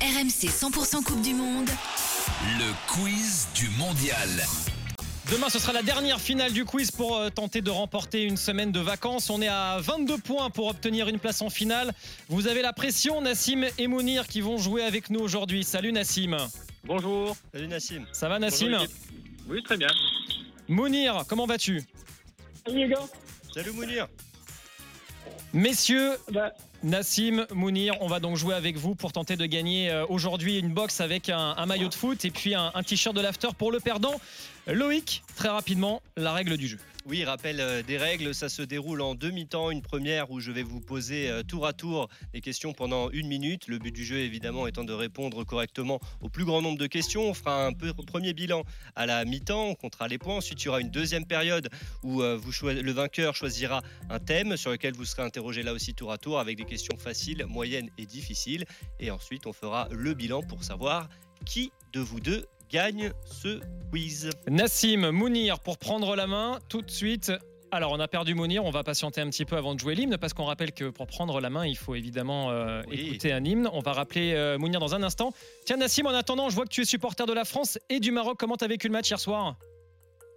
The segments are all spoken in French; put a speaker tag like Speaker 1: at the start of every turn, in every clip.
Speaker 1: RMC 100% Coupe du Monde.
Speaker 2: Le quiz du mondial.
Speaker 3: Demain, ce sera la dernière finale du quiz pour euh, tenter de remporter une semaine de vacances. On est à 22 points pour obtenir une place en finale. Vous avez la pression, Nassim et Mounir, qui vont jouer avec nous aujourd'hui. Salut Nassim.
Speaker 4: Bonjour. Salut Nassim.
Speaker 3: Ça va Nassim
Speaker 4: Bonjour, l'équipe. Oui, très bien.
Speaker 3: Mounir, comment vas-tu
Speaker 4: Salut Mounir.
Speaker 3: Messieurs,
Speaker 5: Bah.
Speaker 3: Nassim, Mounir, on va donc jouer avec vous pour tenter de gagner euh, aujourd'hui une box avec un, un maillot de foot et puis un, un t-shirt de l'after pour le perdant. Loïc, très rapidement, la règle du jeu.
Speaker 6: Oui, rappel euh, des règles, ça se déroule en demi-temps, une première où je vais vous poser euh, tour à tour des questions pendant une minute. Le but du jeu évidemment étant de répondre correctement au plus grand nombre de questions. On fera un peu- premier bilan à la mi-temps, on comptera les points. Ensuite, il y aura une deuxième période où euh, vous choi- le vainqueur choisira un thème sur lequel vous serez interrogé là aussi tour à tour avec des questions faciles, moyennes et difficiles. Et ensuite, on fera le bilan pour savoir qui de vous deux gagne ce quiz.
Speaker 3: Nassim, Mounir pour prendre la main tout de suite. Alors on a perdu Mounir, on va patienter un petit peu avant de jouer l'hymne parce qu'on rappelle que pour prendre la main il faut évidemment euh,
Speaker 6: Oui.
Speaker 3: écouter un hymne. On va rappeler euh, Mounir dans un instant. Tiens Nassim, en attendant, je vois que tu es supporter de la France et du Maroc. Comment t'as vécu le match hier soir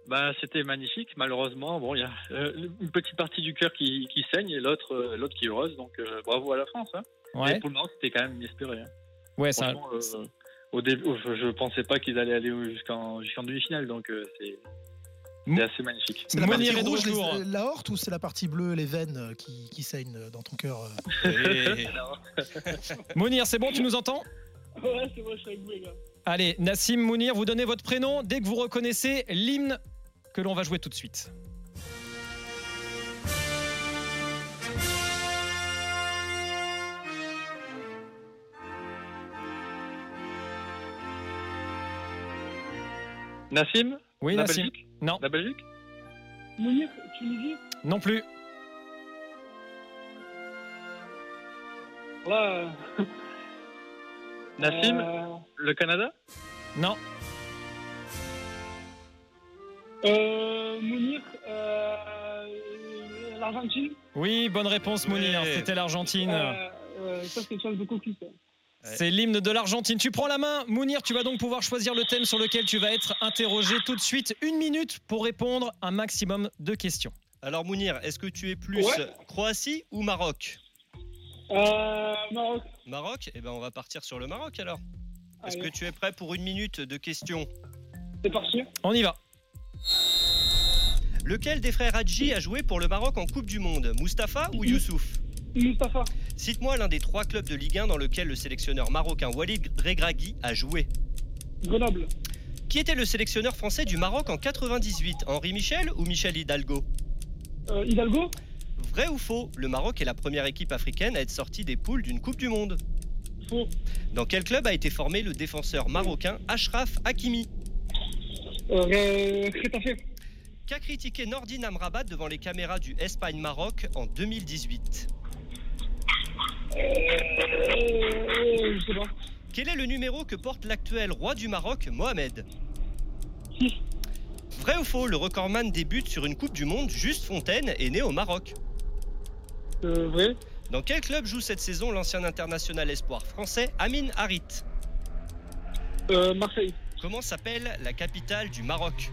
Speaker 5: Bah, c'était magnifique. Malheureusement, bon, il y a euh, une petite partie du cœur qui, qui saigne et l'autre, euh, l'autre qui est heureuse. Donc, euh, bravo à la France. Hein. Mais
Speaker 3: Ouais,
Speaker 5: pour le moment, c'était quand même inespéré. hein.
Speaker 3: ouais, ça.
Speaker 5: Franchement, euh, au début, euh, je je pensais pas qu'ils allaient aller jusqu'en jusqu'en demi-finale. Donc, euh, c'est
Speaker 3: Mm.
Speaker 5: c'est assez magnifique.
Speaker 7: C'est la partie
Speaker 3: Monir et
Speaker 7: rouge,
Speaker 3: Drogour.
Speaker 7: les- la horte, ou c'est la partie bleue, les veines euh, qui, qui saignent euh, dans ton cœur euh
Speaker 6: Eh,
Speaker 3: Mounir, c'est bon, tu nous entends
Speaker 8: Ouais, c'est moi, je suis avec vous, les gars.
Speaker 3: Allez, Nassim, Mounir, vous donnez votre prénom dès que vous reconnaissez l'hymne que l'on va jouer tout de suite.
Speaker 5: Nassim
Speaker 3: Oui,
Speaker 5: La
Speaker 3: Nassim
Speaker 5: Belgique
Speaker 3: Non,
Speaker 5: La Belgique
Speaker 8: Mounir, Tunisie,
Speaker 3: non plus.
Speaker 8: là. euh,
Speaker 5: Nassim
Speaker 8: euh,
Speaker 5: Le Canada
Speaker 3: Non,
Speaker 8: Euh, Mounir, euh, l'Argentine.
Speaker 3: oui, bonne réponse Mounir,
Speaker 6: Ouais.
Speaker 3: c'était l'Argentine.
Speaker 8: Euh, ouais, ça, c'est une chose de coquille, ça.
Speaker 6: Ouais.
Speaker 3: C'est l'hymne de l'Argentine. Tu prends la main, Mounir, tu vas donc pouvoir choisir le thème sur lequel tu vas être interrogé tout de suite. Une minute pour répondre un maximum de questions.
Speaker 6: Alors Mounir, est-ce que tu es plus
Speaker 8: Ouais.
Speaker 6: Croatie ou Maroc
Speaker 8: Euh, Maroc.
Speaker 6: Maroc Eh ben on va partir sur le Maroc alors. Est-ce
Speaker 8: Allez,
Speaker 6: que tu es prêt pour une minute de questions
Speaker 8: c'est parti.
Speaker 3: On y va.
Speaker 6: Lequel des frères Hadji a joué pour le Maroc en Coupe du Monde Mustapha ou Youssouf
Speaker 8: Mustapha,
Speaker 6: Cite-moi l'un des trois clubs de Ligue 1 dans lequel le sélectionneur marocain Walid Regragui a joué.
Speaker 8: Grenoble,
Speaker 6: Qui était le sélectionneur français du Maroc en 98 Henri Michel ou Michel Hidalgo
Speaker 8: euh, Hidalgo,
Speaker 6: Vrai ou faux Le Maroc est la première équipe africaine à être sortie des poules d'une Coupe du Monde.
Speaker 8: Faux.
Speaker 6: Dans quel club a été formé le défenseur marocain Ashraf Hakimi
Speaker 8: euh, Ré- Rétafé,
Speaker 6: Qu'a critiqué Nordin Amrabat devant les caméras du Espagne-Maroc en 2018
Speaker 8: euh, je sais pas,
Speaker 6: Quel est le numéro que porte l'actuel roi du Maroc, Mohamed
Speaker 8: Six.
Speaker 6: Vrai ou faux, le recordman débute sur une Coupe du Monde, Juste Fontaine est né au Maroc.
Speaker 8: euh, vrai,
Speaker 6: Dans quel club joue cette saison l'ancien international espoir français Amin Harit
Speaker 8: euh, Marseille,
Speaker 6: Comment s'appelle la capitale du Maroc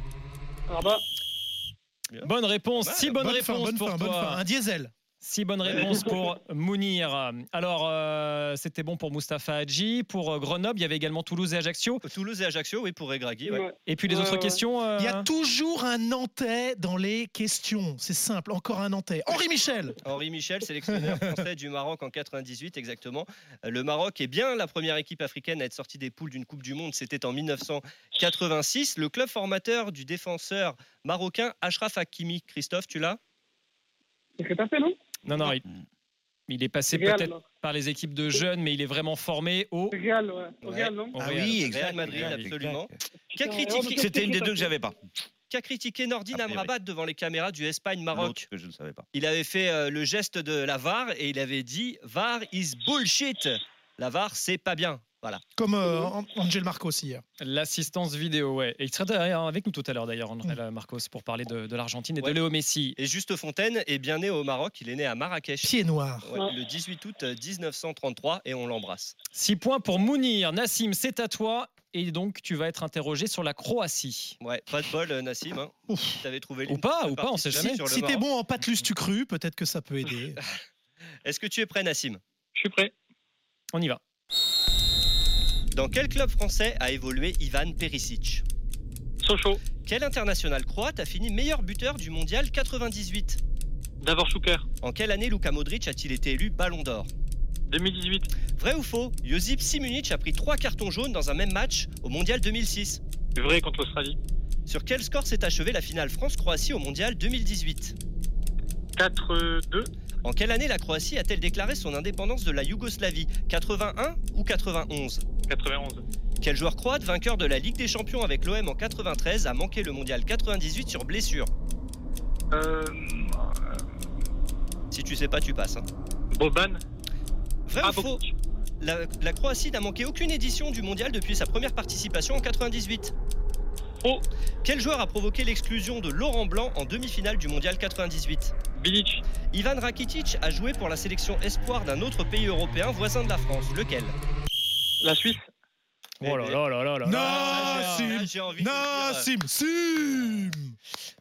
Speaker 8: Rabat,
Speaker 3: Bonne réponse,
Speaker 6: Pas mal.
Speaker 3: si bonne,
Speaker 7: Bah, Bonne fin,
Speaker 3: réponse
Speaker 7: bonne
Speaker 3: pour
Speaker 7: fin, bonne
Speaker 3: toi.
Speaker 7: fin. Un diesel.
Speaker 3: Si bonne réponse pour Mounir. Alors, euh, c'était bon pour Mustapha Hadji, pour euh, Grenoble, il y avait également Toulouse et Ajaccio.
Speaker 6: Toulouse et Ajaccio, oui, pour Regragui. ouais.
Speaker 8: ouais.
Speaker 3: Et puis les
Speaker 8: Ouais,
Speaker 3: autres
Speaker 8: ouais.
Speaker 3: questions euh,
Speaker 7: Il y a toujours un Nantais dans les questions. C'est simple, encore un Nantais. Henri Michel
Speaker 6: Henri Michel, sélectionneur français du Maroc en 98 exactement. Euh, Le Maroc est bien la première équipe africaine à être sortie des poules d'une Coupe du Monde. C'était en 1986. Le club formateur du défenseur marocain Ashraf Hakimi. Christophe, tu l'as
Speaker 8: C'est Rétafé, non
Speaker 3: Non, non, il- Il est passé
Speaker 8: Real,
Speaker 3: peut-être
Speaker 8: non
Speaker 3: par les équipes de jeunes, mais il est vraiment formé au.
Speaker 8: Real, ouais. Au
Speaker 6: Ouais.
Speaker 8: Real, non
Speaker 3: au
Speaker 9: Ah
Speaker 3: Real.
Speaker 9: oui,
Speaker 6: Real
Speaker 9: exact.
Speaker 6: Madrid,
Speaker 9: exact,
Speaker 6: absolument.
Speaker 9: exact.
Speaker 6: Qu'a critiqué,
Speaker 8: Putain,
Speaker 9: C'était une des deux que j'avais pas.
Speaker 6: qu'a critiqué Nordin
Speaker 9: A priori.
Speaker 6: Amrabat devant les caméras du Espagne-Maroc
Speaker 9: L'autre que je ne savais pas.
Speaker 6: Il avait fait euh, le geste de la VAR et il avait dit VAR is bullshit. La VAR, c'est pas bien. Voilà.
Speaker 7: Comme euh, An- Angel hein. Marcos hier.
Speaker 3: L'assistance vidéo, ouais. Et il sera derrière- avec nous tout à l'heure d'ailleurs,
Speaker 7: Mm.
Speaker 3: André Marcos, pour parler de, de l'Argentine et
Speaker 6: Ouais.
Speaker 3: de Léo Messi.
Speaker 6: Et Juste Fontaine est bien né au Maroc. Il est né à Marrakech
Speaker 7: Pied noir.
Speaker 6: ouais, le 18 août euh, 1933 et on l'embrasse.
Speaker 3: 6 points pour Mounir. Nassim, c'est à toi. Et donc, tu vas être interrogé sur la Croatie.
Speaker 6: Ouais, pas de bol, euh, Nassim. Hein. T'avais trouvé
Speaker 3: Ou
Speaker 6: l'une
Speaker 3: pas,
Speaker 6: de
Speaker 3: ou pas, on sait
Speaker 6: partie
Speaker 3: jamais.
Speaker 6: sur le
Speaker 7: Si t'es
Speaker 6: Maroc.
Speaker 7: bon en pâte lustu cru, peut-être que ça peut
Speaker 3: Ah
Speaker 7: aider.
Speaker 6: Est-ce que tu es prêt, Nassim
Speaker 5: Je suis prêt.
Speaker 3: On y va.
Speaker 6: Dans quel club français a évolué Ivan Perisic
Speaker 5: Sochaux,
Speaker 6: Quel international croate a fini meilleur buteur du mondial 98
Speaker 5: Davor Schuker,
Speaker 6: En quelle année Luka Modric a-t-il été élu Ballon d'Or
Speaker 5: 2018.
Speaker 6: Vrai ou faux Josip Simunic a pris trois cartons jaunes dans un même match au mondial 2006.
Speaker 5: Vrai contre l'Australie.
Speaker 6: Sur quel score s'est achevée la finale France-Croatie au mondial 2018
Speaker 5: 4-2.
Speaker 6: En quelle année la Croatie a-t-elle déclaré son indépendance de la Yougoslavie 81 ou 91
Speaker 5: 91.
Speaker 6: Quel joueur croate, vainqueur de la Ligue des Champions avec l'OM en 93, a manqué le mondial 98 sur blessure
Speaker 5: Euh,
Speaker 6: Si tu sais pas, tu passes. hein.
Speaker 5: Boban.
Speaker 6: Vrai
Speaker 5: Ah,
Speaker 6: ou euh, faux
Speaker 5: Bobic.
Speaker 6: la, la Croatie n'a manqué aucune édition du mondial depuis sa première participation en 98.
Speaker 5: Faux.
Speaker 6: Quel joueur a provoqué l'exclusion de Laurent Blanc en demi-finale du mondial 98
Speaker 5: Bilic.
Speaker 6: Ivan Rakitic a joué pour la sélection espoir d'un autre pays européen voisin de la France. Lequel
Speaker 5: La Suisse.
Speaker 3: Oh là là là là là.
Speaker 6: Ah, j'ai-
Speaker 7: Nassim
Speaker 6: j'ai envie de vous dire, euh,
Speaker 7: Nassim Sim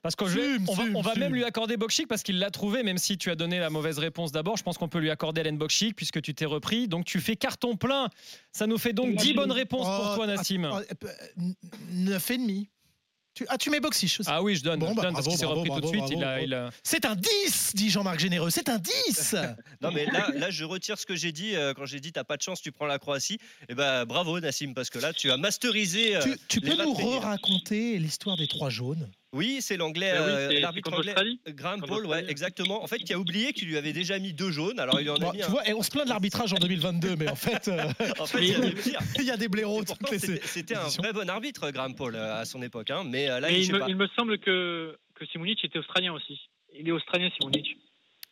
Speaker 3: Parce qu'on je vais-
Speaker 7: Sim,
Speaker 3: on va,
Speaker 7: sim,
Speaker 3: on va
Speaker 7: sim.
Speaker 3: même lui accorder Bokchik parce qu'il l'a trouvé, même si tu as donné la mauvaise réponse d'abord. Je pense qu'on peut lui accorder Hélène Bokchik puisque tu t'es repris. Donc tu fais carton plein. Ça nous fait donc 10 bonnes réponses pour
Speaker 7: Oh,
Speaker 3: toi,
Speaker 7: att-
Speaker 3: Nassim.
Speaker 7: oh, euh, n- Neuf et demi. Tu- Ah, tu mets Boxiche aussi.
Speaker 3: Ah oui, je donne,
Speaker 7: Bon,
Speaker 3: je
Speaker 7: bah,
Speaker 3: donne parce
Speaker 7: bravo,
Speaker 3: qu'il s'est
Speaker 7: bravo,
Speaker 3: repris tout de
Speaker 7: bravo,
Speaker 3: suite. il a-
Speaker 7: bravo.
Speaker 3: il a-
Speaker 7: C'est un 10, dit Jean-Marc Généreux. C'est un 10
Speaker 6: Non mais là, là, je retire ce que j'ai dit euh, quand j'ai dit t'as pas de chance, tu prends la Croatie. Et ben bravo Nassim parce que là tu as masterisé. euh,
Speaker 7: Tu, tu
Speaker 6: les
Speaker 7: peux nous
Speaker 6: vingt-et-un.
Speaker 7: re-raconter l'histoire des trois jaunes
Speaker 6: Oui, c'est l'anglais,
Speaker 5: Ah oui,
Speaker 6: euh,
Speaker 5: c'est- c'est
Speaker 6: l'arbitre
Speaker 5: contre
Speaker 6: anglais.
Speaker 5: l'Australie.
Speaker 6: Graham
Speaker 5: Comme
Speaker 6: Paul, ouais,
Speaker 5: l'Australie.
Speaker 6: exactement. En fait, qui a oublié qu'il lui avait déjà mis deux jaunes. Alors il lui en
Speaker 7: Bon,
Speaker 6: a mis
Speaker 7: Tu
Speaker 6: un.
Speaker 7: vois, et on se plaint de l'arbitrage en 2022, mais en fait, euh,
Speaker 6: En fait, il y avait pire.
Speaker 7: il y a des
Speaker 5: Oh,
Speaker 7: blaireaux.
Speaker 6: Et pourtant,
Speaker 7: toutes les-
Speaker 6: c'était- C'était un
Speaker 7: positions.
Speaker 6: vrai bon arbitre, Graham Paul, euh, à son époque. hein. Mais euh, là,
Speaker 5: Mais
Speaker 6: il, je
Speaker 5: il
Speaker 6: sais
Speaker 5: me,
Speaker 6: pas.
Speaker 5: il me semble que, que Simunic était australien aussi. Il est australien, Simunic.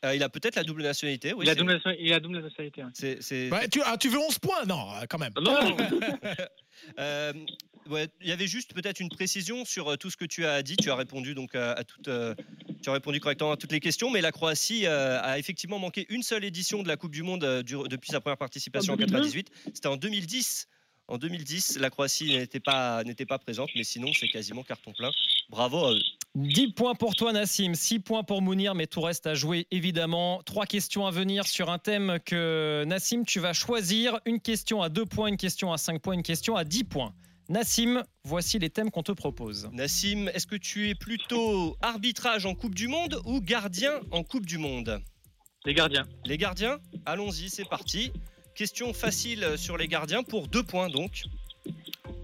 Speaker 6: Euh, il a peut-être la double nationalité. Oui,
Speaker 5: il, a
Speaker 6: c'est-
Speaker 5: double nation- il a double nationalité. hein.
Speaker 6: c'est- c'est-
Speaker 7: Ouais, tu, ah, tu veux 11 points Non, euh, quand même.
Speaker 5: Non,
Speaker 6: Euh, ouais, il y avait juste peut-être une précision sur euh, tout ce que tu as dit. Tu as répondu donc à, à toutes, euh, tu as répondu correctement à toutes les questions, mais la Croatie euh, a effectivement manqué une seule édition de la Coupe du Monde euh, du- depuis sa première participation en 98. C'était en 2010. En 2010, la Croatie n'était pas n'était pas présente, mais sinon c'est quasiment carton plein. Bravo à eux.
Speaker 3: 10 points pour toi, Nassim. 6 points pour Mounir, mais tout reste à jouer, évidemment. Trois questions à venir sur un thème que, Nassim, tu vas choisir. Une question à 2 points, une question à 5 points, une question à 10 points. Nassim, voici les thèmes qu'on te propose.
Speaker 6: Nassim, est-ce que tu es plutôt arbitrage en Coupe du Monde ou gardien en Coupe du Monde
Speaker 5: Les gardiens.
Speaker 6: Les gardiens, allons-y, c'est parti. Question facile sur les gardiens pour deux points donc.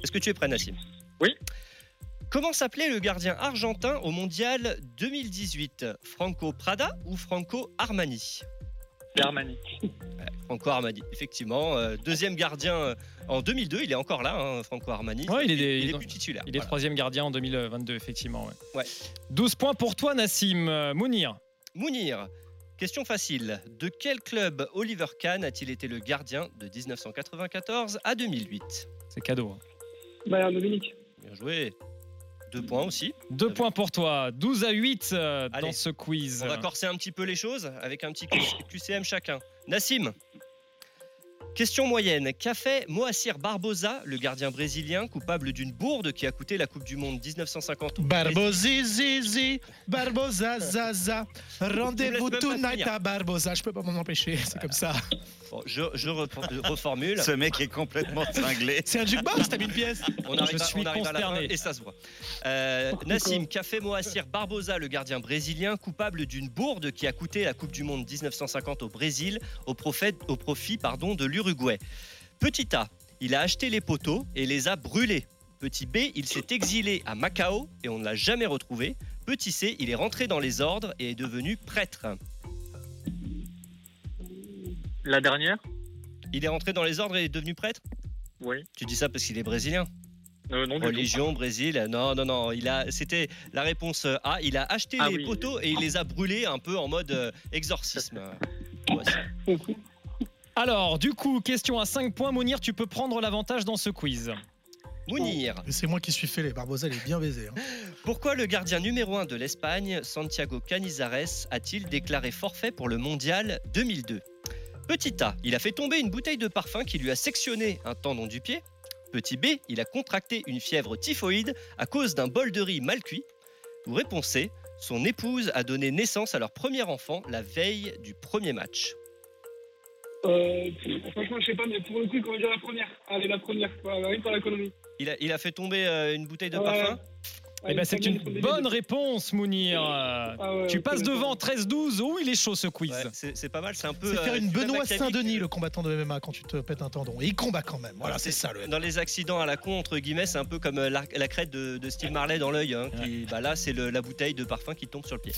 Speaker 6: Est-ce que tu es prêt, Nassim
Speaker 5: Oui.
Speaker 6: Comment s'appelait le gardien argentin au mondial 2018 Franco Prada ou Franco Armani
Speaker 5: C'est Armani.
Speaker 6: Franco Armani, effectivement. euh, deuxième gardien euh, en 2002, il est encore là, hein, Franco Armani.
Speaker 3: Ouais, il est- il
Speaker 6: il
Speaker 3: est-
Speaker 6: est plus titulaire.
Speaker 3: Il est
Speaker 6: Voilà.
Speaker 3: troisième gardien en 2022, effectivement. ouais.
Speaker 6: Ouais.
Speaker 3: 12 points pour toi, Nassim. Euh, Mounir,
Speaker 6: Mounir, question facile. De quel club Oliver Kahn a-t-il été le gardien de 1994 à 2008
Speaker 3: c'est cadeau. hein.
Speaker 8: Bayern de Munich.
Speaker 6: Bien joué. Deux points aussi.
Speaker 3: Deux
Speaker 6: Bien
Speaker 3: points pour toi. 12 à 8 euh,
Speaker 6: Allez,
Speaker 3: dans ce quiz.
Speaker 6: On va corser un petit peu les choses avec un petit Q- QCM chacun. Nassim, question moyenne. Qu'a fait Moacir Barbosa, le gardien brésilien, coupable d'une bourde qui a coûté la Coupe du Monde 1950 au Brésil
Speaker 7: Barbosi, zizi, Barbosa, zaza. Rendez-vous
Speaker 6: Je te laisse même pas
Speaker 7: tonight
Speaker 6: finir.
Speaker 7: à Barbosa. Je peux pas m'en empêcher, c'est comme ça.
Speaker 6: Bon, Oh, Je, je repro- reformule.
Speaker 9: Ce mec est complètement cinglé.
Speaker 7: C'est un jukebox, t'as mis une pièce
Speaker 6: On arrive,
Speaker 3: Je
Speaker 6: à-
Speaker 3: suis
Speaker 6: on arrive à la fin
Speaker 3: consterné.
Speaker 6: et ça se voit. Euh, Nassim, qu'a fait Moacir Barbosa, le gardien brésilien, coupable d'une bourde qui a coûté la Coupe du Monde 1950 au Brésil au, profit- au profit pardon, de l'Uruguay Petit A, il a acheté les poteaux et les a brûlés. Petit B, il s'est exilé à Macao et on ne l'a jamais retrouvé. Petit C, il est rentré dans les ordres et est devenu prêtre.
Speaker 5: La dernière
Speaker 6: Il est rentré dans les ordres et est devenu prêtre
Speaker 5: Oui.
Speaker 6: Tu dis ça parce qu'il est brésilien
Speaker 5: Euh, non, du tout.
Speaker 6: Religion, Brésil, euh, non, non, non. Il a, c'était la réponse euh, A. Il a acheté
Speaker 5: Ah
Speaker 6: les
Speaker 5: oui.
Speaker 6: poteaux et il les a brûlés un peu en mode euh, exorcisme. Voici.
Speaker 3: Alors, du coup, question à 5 points. Mounir, tu peux prendre l'avantage dans ce quiz. Eh
Speaker 6: Mounir,
Speaker 7: Mais C'est moi qui suis fêlé. Barbosa, il est bien baisé. hein.
Speaker 6: pourquoi le gardien numéro 1 de l'Espagne, Santiago Canizares, a-t-il déclaré forfait pour le mondial 2002 Petit A, il a fait tomber une bouteille de parfum qui lui a sectionné un tendon du pied. Petit B, il a contracté une fièvre typhoïde à cause d'un bol de riz mal cuit. Ou réponse C, son épouse a donné naissance à leur premier enfant la veille du premier match.
Speaker 8: Euh, franchement, je sais pas, mais pour le coup, quand on va dire la première. Allez, la première. Voilà, rien pour l'économie.
Speaker 6: Il a, il a fait tomber euh, une bouteille de
Speaker 8: Ouais.
Speaker 6: parfum
Speaker 3: Eh ben, c'est une bonne
Speaker 8: réponse.
Speaker 3: réponse, Mounir. Euh,
Speaker 8: Ah
Speaker 6: Euh,
Speaker 3: Tu passes devant 13-12. Oh, il est chaud ce quiz.
Speaker 6: Ouais, c'est c'est pas mal, c'est euh, un peu.
Speaker 7: C'est faire
Speaker 6: euh,
Speaker 7: une
Speaker 6: même
Speaker 7: Benoît
Speaker 6: académique.
Speaker 7: Saint-Denis, le combattant de MMA, quand tu te pètes un tendon. Et il combat quand même. Voilà, c'est ça le.
Speaker 6: Dans les accidents à la con, entre guillemets, c'est un peu comme euh, la, la crête de, de Steve Marley dans l'œil. hein, qui- bah là, c'est le- la bouteille de parfum qui tombe sur le pied.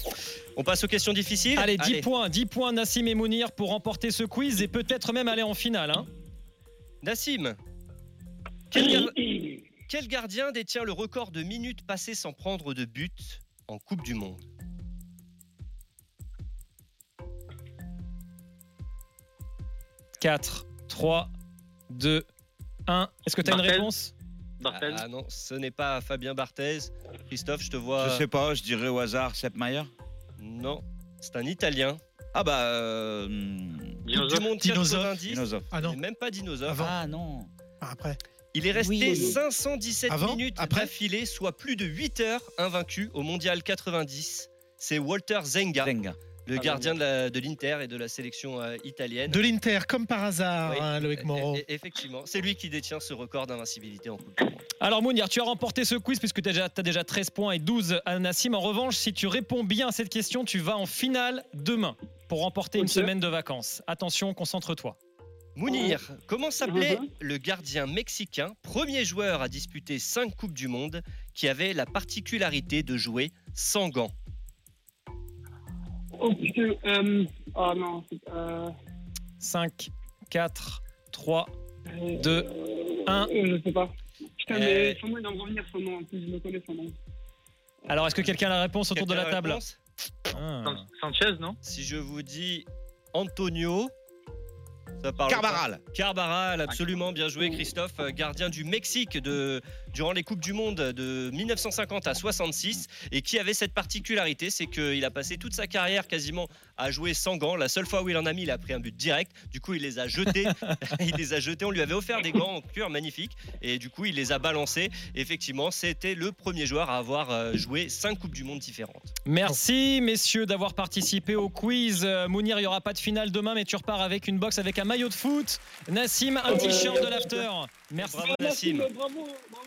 Speaker 6: On passe aux questions difficiles.
Speaker 3: Allez, 10 points, 10 points Nassim et Mounir pour remporter ce quiz et peut-être même aller en finale. hein.
Speaker 6: Nassim, quel, gar- quel gardien détient le record de minutes passées sans prendre de but en Coupe du Monde
Speaker 3: Quatre, 4, 3, 2, 1. Est-ce que tu as une
Speaker 5: Martel.
Speaker 3: réponse
Speaker 5: Barthez
Speaker 6: Ah non, ce n'est pas Fabien Barthez. Christophe, je te vois.
Speaker 9: Je sais pas, je dirais au hasard Sepp Maier.
Speaker 6: Non, c'est un Italien.
Speaker 9: Ah bah. euh, hmm,
Speaker 6: Coupe du
Speaker 5: Dinosaure.
Speaker 6: Monde
Speaker 7: Dinosaure.
Speaker 6: 90.
Speaker 9: Dinosaure.
Speaker 7: Ah non,
Speaker 6: mais Même pas dinosaure.
Speaker 9: Ah non.
Speaker 7: Ah, après.
Speaker 6: Il est resté
Speaker 7: Oui.
Speaker 6: 517
Speaker 7: Avant,
Speaker 6: minutes
Speaker 7: après
Speaker 6: d'affilée, soit plus de 8 heures invaincu au Mondial 90. C'est Walter Zenga,
Speaker 9: Zenga.
Speaker 6: le gardien de la- de l'Inter et de la sélection euh, italienne.
Speaker 7: De l'Inter, comme par hasard,
Speaker 6: Oui.
Speaker 7: hein, Loïc Moreau.
Speaker 6: E- e- Effectivement, c'est lui qui détient ce record d'invincibilité en Coupe du Monde.
Speaker 3: Alors Mounir, tu as remporté ce quiz puisque tu as, déjà 13 points et 12 à Nassim. En revanche, si tu réponds bien à cette question, tu vas en finale demain pour remporter une
Speaker 8: Ok.
Speaker 3: semaine de vacances. Attention, concentre-toi.
Speaker 6: Mounir, comment s'appelait
Speaker 8: Mhm.
Speaker 6: le gardien mexicain, premier joueur à disputer 5 Coupes du Monde, qui avait la particularité de jouer sans gants
Speaker 8: Oh putain, euh. Oh non, c'est. Euh.
Speaker 3: 5, 4, 3,
Speaker 8: euh,
Speaker 3: 2, 1.
Speaker 8: euh, Je sais pas. Putain,
Speaker 6: Euh.
Speaker 8: mais
Speaker 3: Eh.
Speaker 8: son nom, il doit me revenir, son nom. En plus, je le connais, son nom.
Speaker 3: Alors, est-ce que quelqu'un a la réponse autour de la
Speaker 6: Quelqu'un a
Speaker 3: table
Speaker 6: réponse
Speaker 3: Ah.
Speaker 5: San- Sanchez, non
Speaker 6: Si je vous dis Antonio, ça parle.
Speaker 9: Carbaral.
Speaker 6: Carbaral, absolument bien joué Christophe, euh, gardien du Mexique de, durant les Coupes du Monde de 1950 à 66 et qui avait cette particularité, c'est qu'il a passé toute sa carrière quasiment à jouer sans gants. La seule fois où il en a mis, il a pris un but direct. Du coup, il les a jetés. il les a jetés. On lui avait offert des gants en cuir magnifiques et du coup, il les a balancés. Effectivement, c'était le premier joueur à avoir euh, joué cinq Coupes du Monde différentes.
Speaker 3: Merci messieurs d'avoir participé au quiz. Euh, Mounir, il n'y aura pas de finale demain, mais tu repars avec une box avec un maillot de foot. Nassim, un
Speaker 6: Ah
Speaker 8: Ouais.
Speaker 3: t-shirt de l'after. Merci.
Speaker 6: Bravo Nassim.
Speaker 8: Bravo, bravo,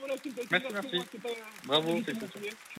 Speaker 8: Nassim. t'as été
Speaker 5: Merci,
Speaker 8: merci.
Speaker 5: merci. Bravo, c'est
Speaker 8: c'est
Speaker 5: ça.
Speaker 8: ça.